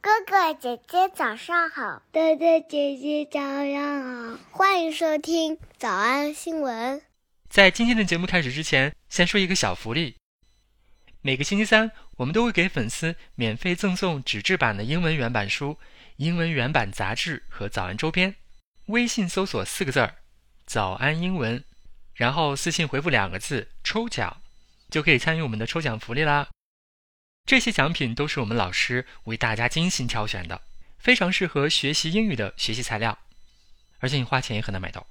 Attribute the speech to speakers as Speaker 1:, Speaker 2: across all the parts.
Speaker 1: 哥哥姐姐早上好，
Speaker 2: 哥哥姐姐早上好，
Speaker 3: 欢迎收听早安新闻。
Speaker 4: 在今天的节目开始之前，先说一个小福利。每个星期三，我们都会给粉丝免费赠送纸质版的英文原版书、英文原版杂志和早安周边。微信搜索四个字儿“早安英文”，然后私信回复两个字“抽奖”，就可以参与我们的抽奖福利啦。这些奖品都是我们老师为大家精心挑选的，非常适合学习英语的学习材料，而且你花钱也很难买到。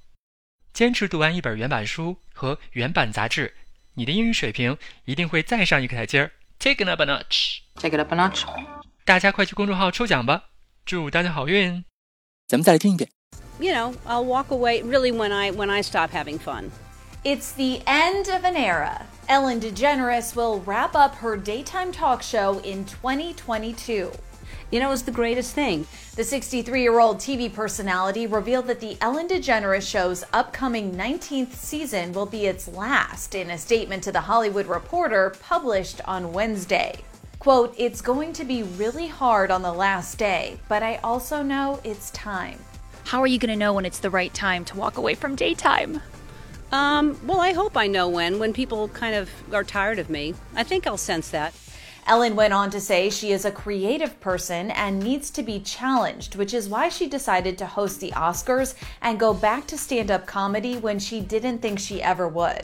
Speaker 4: 坚持读完一本原版书和原版杂志，你的英语水平一定会再上一个台阶儿，take it up a notch。
Speaker 5: Take it up a notch。
Speaker 4: 大家快去公众号抽奖吧，祝大家好运！
Speaker 6: 咱们再来听一遍。
Speaker 7: You know, I'll walk away really when I when I stop having fun.
Speaker 8: It's the end of an era. Ellen DeGeneres will wrap up her daytime talk show in 2022.
Speaker 7: You know, it's the greatest thing.
Speaker 8: The 63 year old TV personality revealed that the Ellen DeGeneres show's upcoming 19th season will be its last in a statement to The Hollywood Reporter published on Wednesday. Quote, It's going to be really hard on the last day, but I also know it's time.
Speaker 9: How are you going to know when it's the right time to walk away from daytime?
Speaker 7: Um, well, I hope I know when, when people kind of are tired of me. I think I'll sense that.
Speaker 8: Ellen went on to say she is a creative person and needs to be challenged, which is why she decided to host the Oscars and go back to stand up comedy when she didn't think she ever would.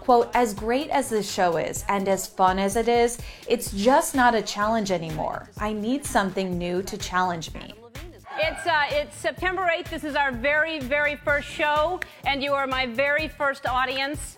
Speaker 8: Quote, as great as this show is and as fun as it is, it's just not a challenge anymore. I need something new to challenge me.
Speaker 10: It's uh, it's September 8th. This is our very very first show, and you are my very first audience.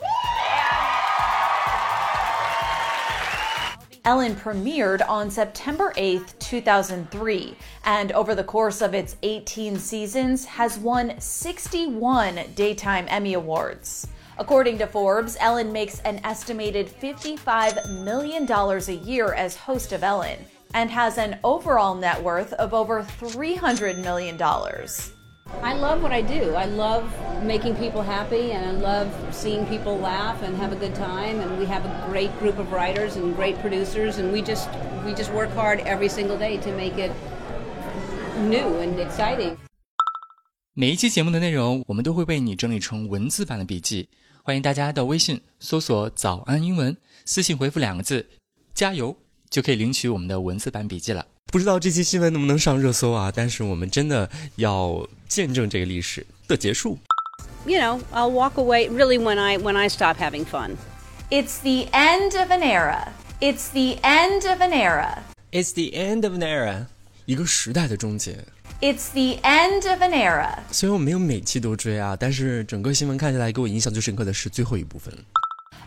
Speaker 8: Ellen premiered on September 8th, 2003, and over the course of its 18 seasons has won 61 daytime Emmy awards. According to Forbes, Ellen makes an estimated $55 million a year as host of Ellen, and has an overall net worth of over $300 million.
Speaker 7: I love what I do. I love making people happy and I love seeing people laugh and have a good time and we have a great group of writers and great producers and we just we just work hard every single day to make it new and exciting.
Speaker 4: 每一期节目的内容，我们都会为你整理成文字版的笔记，欢迎大家到微信搜索“早安英文”，私信回复两个字“加油”。就可以领取我们的文字版笔记了。
Speaker 6: 不知道这期新闻能不能上热搜啊？但是我们真的要见证这个历史的结束。
Speaker 7: You know, I'll walk away really when I when I stop having fun.
Speaker 8: It's the end of an era. It's the end of an era.
Speaker 6: It's the end of an era. 一个时代的终结。
Speaker 8: It's the end of an era.
Speaker 6: 虽然我没有每期都追啊，但是整个新闻看下来，给我印象最深刻的是最后一部分。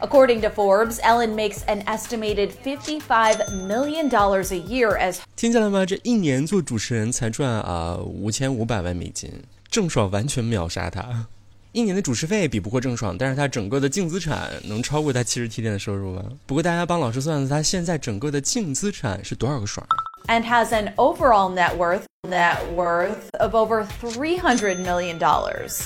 Speaker 8: According to Forbes, Ellen makes an estimated $55 million a year as
Speaker 6: 听见了吗？这一年做主持人才赚啊五千五百万美金，郑爽完全秒杀他。一年的主持费比不过郑爽，但是他整个的净资产能超过他七十七天的收入吗？不过大家帮老师算算，他现在整个的净资产是多少个爽
Speaker 8: ？And has an overall net worth net worth of over three hundred million dollars.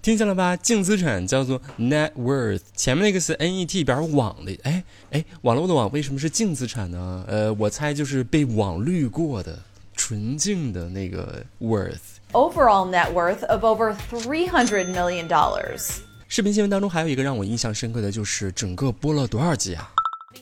Speaker 6: 听见了吧？净资产叫做 net worth，前面那个是 n e t 表网的，哎哎，网络的网为什么是净资产呢？呃，我猜就是被网滤过的纯净的那个 worth。
Speaker 8: Overall net worth of over three hundred million dollars。
Speaker 6: 视频新闻当中还有一个让我印象深刻的就是整个播了多少集啊？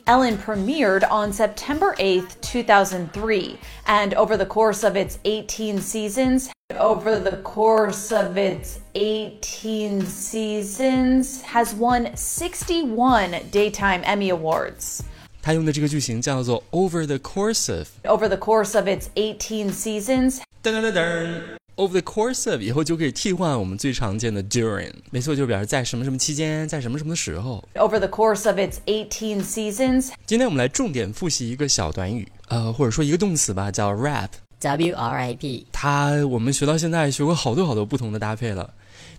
Speaker 8: Ellen premiered on September 8, 2003, and over the course of its 18 seasons, over the course of its 18 seasons has won 61 daytime Emmy awards.
Speaker 6: 他用的这个句型叫做 over the course of
Speaker 8: over the course of its 18 seasons
Speaker 6: 噔噔噔噔 over the course of 以后就可以替换我们最常见的 during，没错，就表示在什么什么期间，在什么什么时候。
Speaker 8: Over the course of its eighteen seasons，
Speaker 6: 今天我们来重点复习一个小短语，呃，或者说一个动词吧，叫 wrap，W
Speaker 11: R I P。
Speaker 6: 它我们学到现在学过好多好多不同的搭配了，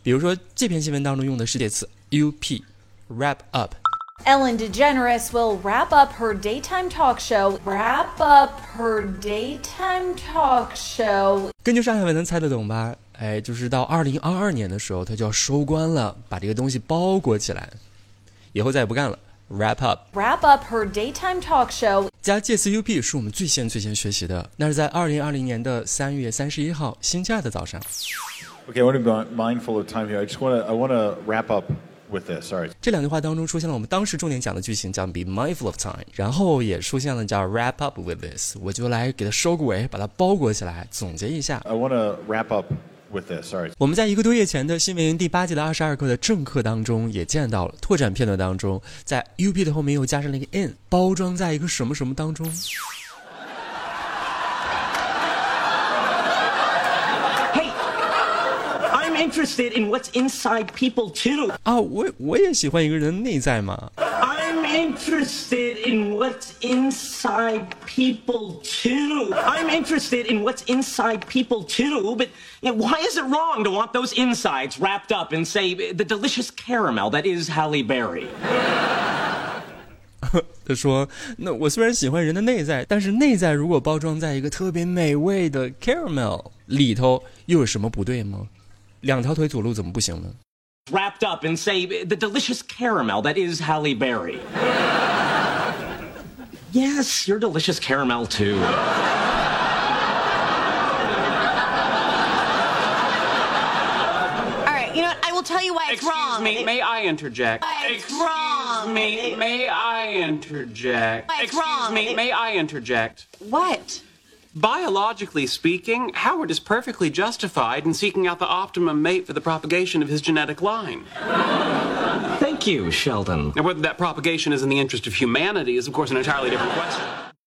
Speaker 6: 比如说这篇新闻当中用的是介词 up，wrap up。
Speaker 8: Ellen DeGeneres will wrap up her daytime talk show. Wrap up her daytime talk show.
Speaker 6: 根据上下文能猜得懂吧？哎，就是到二零二二年的时候，她就要收官了，把这个东西包裹起来，以后再也不干了。 wrap up。
Speaker 8: wrap up her daytime talk show
Speaker 6: 加 JCUP 是我们最先最先学习的，那是在二零二零年的三月三十一号新假的早上。
Speaker 5: Okay, I want to be mindful of time here. I just want to I want to wrap up with this. All right.
Speaker 6: 这两句话当中出现了我们当时重点讲的句型，叫 be mindful of time，然后也出现了叫 wrap up with this，我就来给它收个尾，把它包裹起来，总结一下。
Speaker 5: I want to wrap up with this. All right.
Speaker 6: 我们在一个多月前的新闻营第八季的二十二课的正课当中也见到了，拓展片段当中，在 up 的后面又加上了一个 in，包装在一个什么什么当中。
Speaker 11: Hey, I'm interested in what's inside people too.
Speaker 6: 啊，我我也喜欢一个人的内在嘛。
Speaker 11: I'm interested in what's inside people too. I'm interested in what's inside people too, but you know, why is it wrong to want those insides wrapped up in, say, the delicious caramel that is Halle Berry?
Speaker 6: 他说：“那我虽然喜欢人的内在，但是内在如果包装在一个特别美味的 caramel 里头，又有什么不对吗？两条腿走路怎么不行呢？
Speaker 11: Wrapped up in, say, the delicious caramel that is Halle Berry. yes, you're delicious caramel too.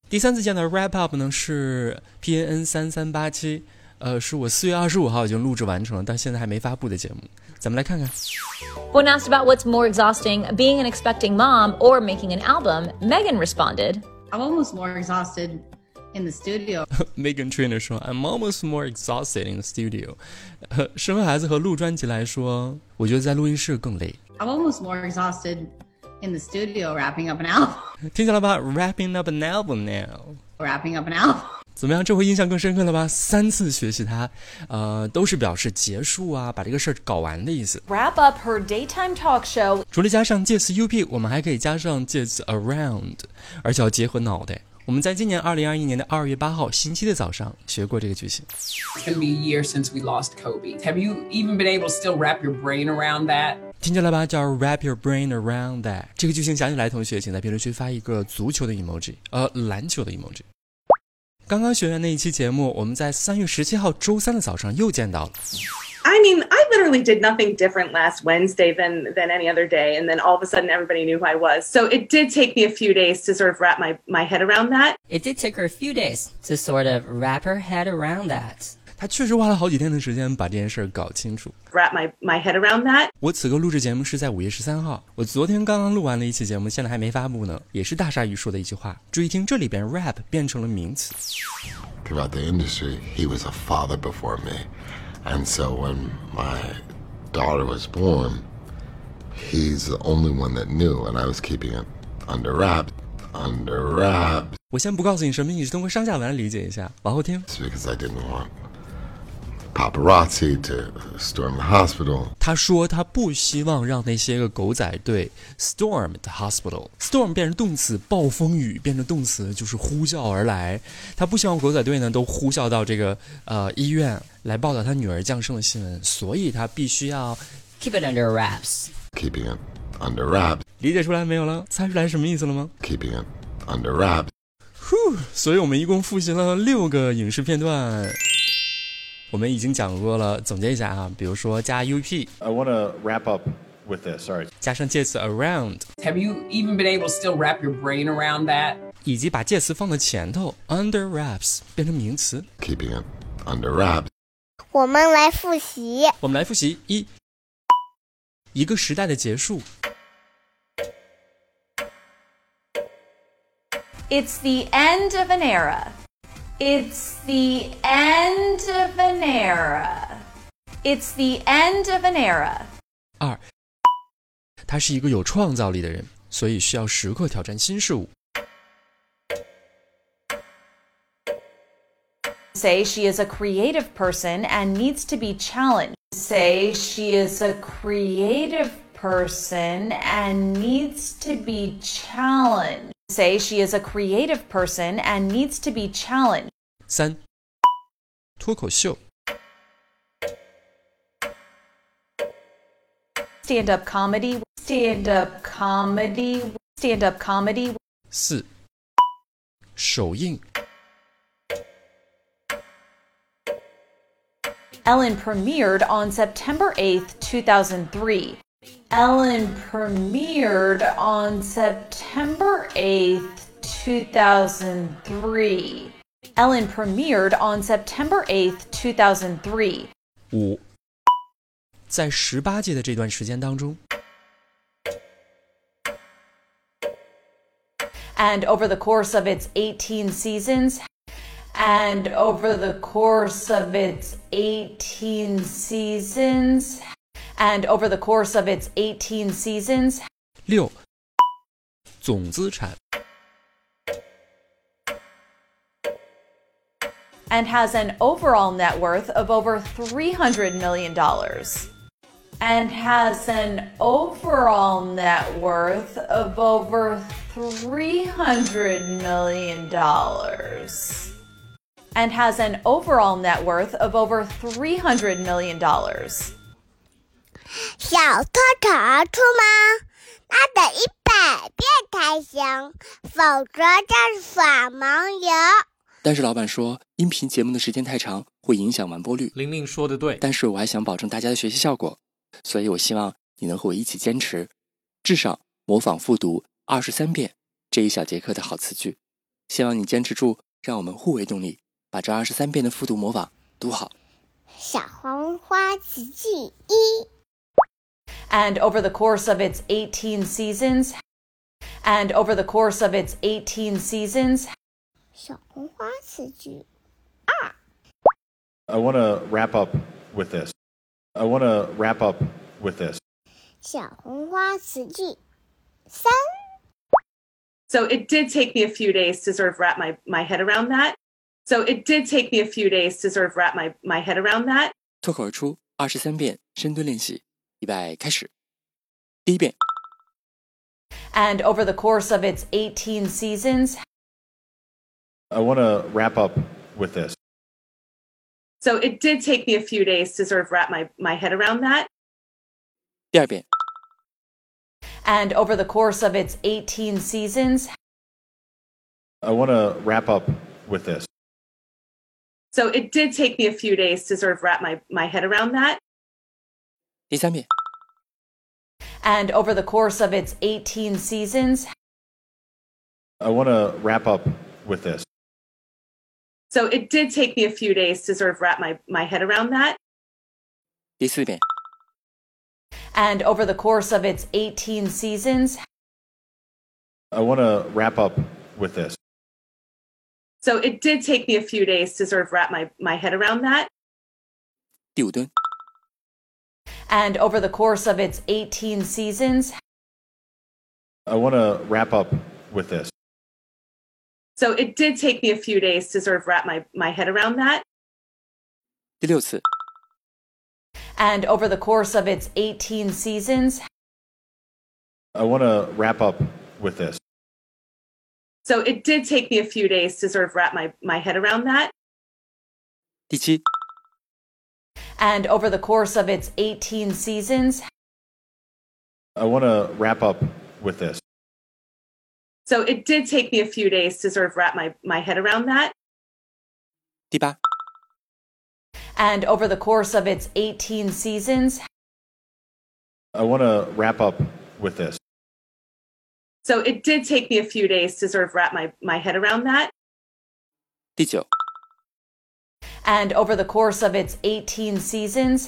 Speaker 6: 第三次见到 wrap up 呢是 PNN 三三八七，呃，是我四月二十五号已经录制完成了，但现在还没发布的节目。咱们来看看，
Speaker 12: When asked about what's more exhausting, being an expecting mom or making an album, Megan responded,
Speaker 13: I'm almost more exhausted in the studio.
Speaker 6: Megan Trainer 说：“I'm almost more exhausted in the studio。”呃， 生完孩子和录专辑来说，我觉得在录音室更累。
Speaker 13: I'm almost more exhausted in the studio wrapping up an album.
Speaker 6: 听见了吧？Wrapping up an album now。
Speaker 13: Wrapping up an album.
Speaker 6: 怎么样？这回印象更深刻了吧？三次学习它，呃，都是表示结束啊，把这个事儿搞完的意思。
Speaker 8: wrap up her daytime talk show
Speaker 6: 除了加上介词 up，我们还可以加上介词 around，而且要结合脑袋。我们在今年二零二一年的二月八号星期的早上学过这个句型。
Speaker 14: It's going to be a year since we lost Kobe. Have you even been able to still wrap your brain around that?
Speaker 6: 听见了吧？叫 wrap your brain around that。这个句型想起来，同学请在评论区发一个足球的 emoji，呃，篮球的 emoji。刚刚学完那一期节目，我们在三月十七号周三的早上又见到了。
Speaker 15: I mean, I literally did nothing different last Wednesday than than any other day, and then all of a sudden everybody knew who I was. So it did take me a few days to sort of wrap my, my head around that.
Speaker 16: It did take her a few days to sort of wrap her head around that.
Speaker 6: 他确实花了好几天的时间把这件事儿搞清楚。
Speaker 15: Wrap my, my head around that.
Speaker 6: 我此刻录制节目是在五月十三号，我昨天刚刚录完了一期节目，现在还没发布呢。也是大鲨鱼说的一句话，注意听，这里边 rap 变成了名词。
Speaker 17: Throughout the industry, he was a father before me. And so when my daughter was born, he's the only one that knew, and I was keeping it under wraps, under wraps,
Speaker 6: 我先不告诉你什么意思，通过上下文来理解一下，往后听。
Speaker 17: because I didn't want paparazzi to storm the hospital.
Speaker 6: 他说他不希望让那些个狗仔队 storm the hospital。storm 变成动词，暴风雨变成动词就是呼啸而来。他不希望狗仔队呢都呼啸到这个呃医院来报道他女儿降生的新闻，所以他必须要
Speaker 16: Keep it under wraps.
Speaker 17: Keeping it under wraps,
Speaker 6: 理解出来没有了？猜出来什么意思了吗？
Speaker 17: keeping it under wraps.
Speaker 6: 所以我们一共复习了六个影视片段。我们已经讲过了，总结一下啊，比如说加 up，
Speaker 5: I want to wrap up with this. All right.
Speaker 6: 加上介词 around，
Speaker 14: Have you even been able to still wrap your brain around that?
Speaker 6: 以及把介词放到前头 under wraps 变成名词。
Speaker 17: Keeping it under wraps.
Speaker 3: 我们来复习。
Speaker 6: 我们来复习一，一个时代的结束，
Speaker 8: It's the end of an era. It's the end of an era. It's the end of an era.
Speaker 6: 二，他是一个有创造力的人，所以需要时刻挑战新事物。
Speaker 8: Say she is a creative person and needs to be challenged. Say she is a creative person and needs to be challenged. Say she is a creative person and needs to be challenged.
Speaker 6: 三，脱口秀。
Speaker 8: Stand up comedy, stand up comedy, stand up comedy.
Speaker 6: 四，首映。
Speaker 8: Ellen premiered on September 8th, 2003. Ellen premiered on September 8th, 2003. Ellen premiered on September 8th, 2003.
Speaker 6: 五，在十八届的这段时间当中，
Speaker 8: And over the course of its 18 seasons, and over the course of its 18 seasons, and over the course of its 18 seasons,
Speaker 6: 六，总资产。
Speaker 8: and has an overall net worth of over $300 million. And has an overall net worth of over $300 million. And has an overall net worth of over $300 million.
Speaker 3: 小兔兔儿出吗？那得一百遍才行，否则就是耍盲游。
Speaker 18: 但是老板说，音频节目的时间太长，会影响完播率。
Speaker 19: 玲玲说的对，
Speaker 18: 但是我还想保证大家的学习效果，所以我希望你能和我一起坚持，至少模仿复读二十三遍这一小节课的好词句。希望你坚持住，让我们互为动力，把这二十三遍的复读模仿读好。
Speaker 1: 小红花词句一，
Speaker 8: And over the course of its 18 seasons, and over the course of its 18 seasons,
Speaker 1: 小红花词句
Speaker 5: I want to wrap up with this. I want to wrap up with this.
Speaker 1: 小红花词句三，
Speaker 15: So it did take me a few days to sort of wrap my, my head around that. So it did take me a few days to sort of wrap my, my head around that.
Speaker 18: 脱口而出二十三遍深蹲练习，预备开始。第一遍，
Speaker 8: and over the course of its 18 seasons,
Speaker 5: I want to wrap up with this.
Speaker 15: So it did take me a few days to sort of wrap my, my head around that.
Speaker 18: 第二遍，
Speaker 8: and over the course of its 18 seasons,
Speaker 5: I want to wrap up with this.
Speaker 15: So it did take me a few days to sort of wrap my, my head around that.
Speaker 18: 第三遍，
Speaker 8: and over the course of its 18 seasons,
Speaker 5: I want to wrap up with this.
Speaker 15: So it did take me a few days to sort of wrap my, my head around that.
Speaker 18: 第四遍，
Speaker 8: and over the course of its 18 seasons,
Speaker 5: I want to wrap up with this.
Speaker 15: So it did take me a few days to sort of wrap my, my head around that.
Speaker 18: 第五蹲，
Speaker 8: and over the course of its 18 seasons,
Speaker 5: I want to wrap up with this.
Speaker 15: So it did take me a few days to sort of wrap my, my head around that.
Speaker 18: 第六次，
Speaker 8: and over the course of its 18 seasons,
Speaker 5: I want to wrap up with this.
Speaker 15: So it did take me a few days to sort of wrap my, my head around that.
Speaker 18: 第七，
Speaker 8: and over the course of its 18 seasons,
Speaker 5: I want to wrap up with this.
Speaker 15: So it did take me a few days to sort of wrap my, my head around that.
Speaker 18: 第八，
Speaker 8: and over the course of its 18 seasons,
Speaker 5: I want to wrap up with this.
Speaker 15: So it did take me a few days to sort of wrap my, my head around that.
Speaker 18: 第九，
Speaker 8: and over the course of its 18 seasons,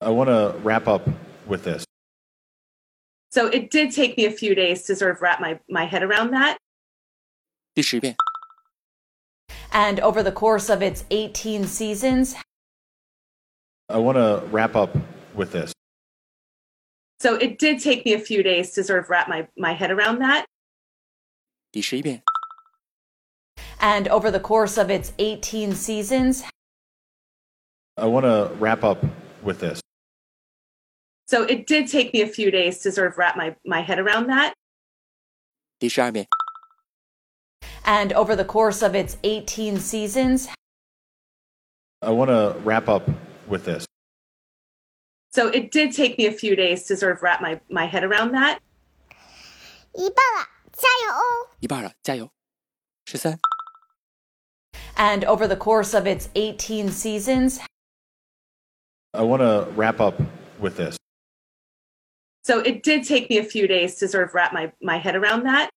Speaker 5: I want to wrap up with this.
Speaker 15: So it did take me a few days to sort of wrap my, my head around that.
Speaker 18: 第十遍，
Speaker 8: and over the course of its 18 seasons,
Speaker 5: I want to wrap up with this.
Speaker 15: So it did take me a few days to sort of wrap my, my head around that.
Speaker 18: 第十一遍，
Speaker 8: and over the course of its 18 seasons,
Speaker 5: I want to wrap up with this.
Speaker 15: So it did take me a few days to sort of wrap my, my head around that.
Speaker 6: 第十二面，
Speaker 8: And over the course of its 18 seasons,
Speaker 18: I want to wrap up with this.
Speaker 15: So it did take me a few days to sort of wrap my, my head around that.
Speaker 3: 一半了，加油哦！
Speaker 6: 一半了，加油！十三、
Speaker 8: and over the course of its 18 seasons,
Speaker 18: I want to wrap up with this.
Speaker 15: So it did take me a few days to sort of wrap my, my head around that.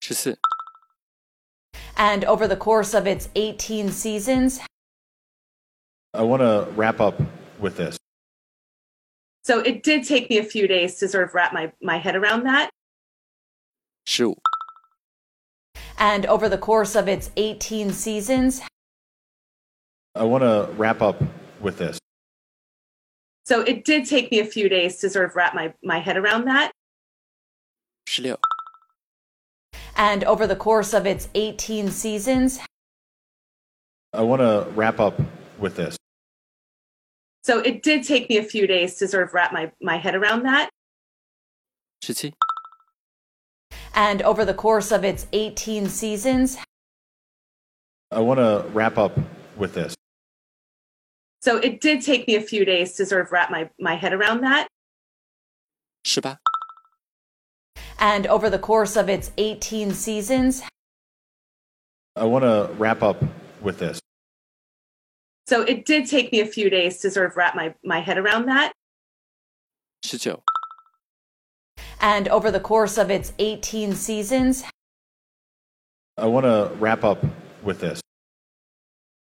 Speaker 6: 十四、
Speaker 8: and over the course of its 18 seasons,
Speaker 18: I want to wrap up with this.
Speaker 15: So it did take me a few days to sort of wrap my, my head around that.
Speaker 6: 十五、
Speaker 8: and over the course of its 18 seasons,
Speaker 18: I want to wrap up with this.
Speaker 15: So it did take me a few days to sort of wrap my, my head around that.
Speaker 6: 十六、
Speaker 8: and over the course of its 18 seasons,
Speaker 18: I want to wrap up with this.
Speaker 15: So it did take me a few days to sort of wrap my, my head around that.
Speaker 6: 十七、
Speaker 8: and over the course of its 18 seasons,
Speaker 18: I want to wrap up with this.
Speaker 15: So it did take me a few days to sort of wrap my, my head around that.
Speaker 6: 十八、
Speaker 8: and over the course of its 18 seasons,
Speaker 18: I want to wrap up with this.
Speaker 15: So it did take me a few days to sort of wrap my, my head around that.
Speaker 6: 十九、
Speaker 8: and over the course of its 18 seasons,
Speaker 18: I want to wrap up with this.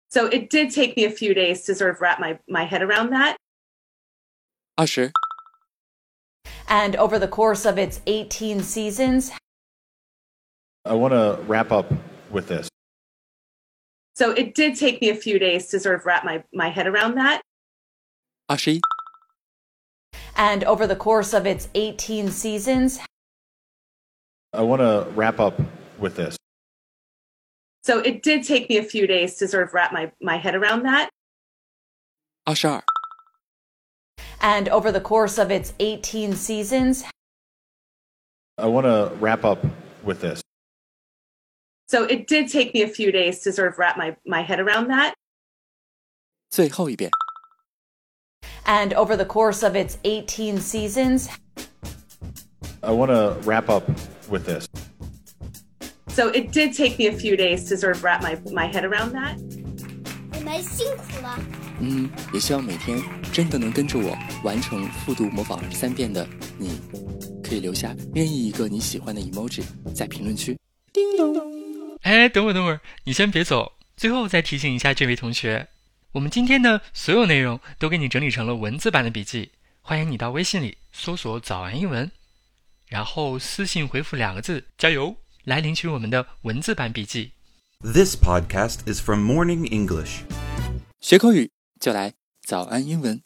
Speaker 15: So it did take me a few days to sort of wrap my, my head around that.
Speaker 6: 二十、
Speaker 8: and over the course of its 18 seasons,
Speaker 18: I want to wrap up with this.
Speaker 15: So it did take me a few days to sort of wrap my, my head around that.
Speaker 6: 二十一、
Speaker 8: and over the course of its 18 seasons,
Speaker 18: I want to wrap up with this.
Speaker 15: So it did take me a few days to sort of wrap my, my head around that.
Speaker 6: 二十二、
Speaker 8: and over the course of its 18 seasons,
Speaker 18: I want to wrap up with this.
Speaker 15: So it did take me a few days to sort of wrap my, my head around that.
Speaker 6: 最后一遍。
Speaker 8: and over the course of its 18 seasons,
Speaker 18: I want to wrap up with this.
Speaker 15: So it did take me a few days to sort of wrap my, my head around that.
Speaker 3: 你们辛苦了。
Speaker 6: 嗯，也希望每天真的能跟着我完成复读模仿二十三遍的你，可以留下任意一个你喜欢的 emoji 在评论区。
Speaker 3: 叮咚，
Speaker 20: 哎，等会儿，等会儿，你先别走。最后再提醒一下这位同学，我们今天的所有内容都给你整理成了文字版的笔记，欢迎你到微信里搜索“早安英文”，然后私信回复两个字“加油”来领取我们的文字版笔记。
Speaker 11: This podcast is from Morning English.
Speaker 6: 学口语就来早安英文。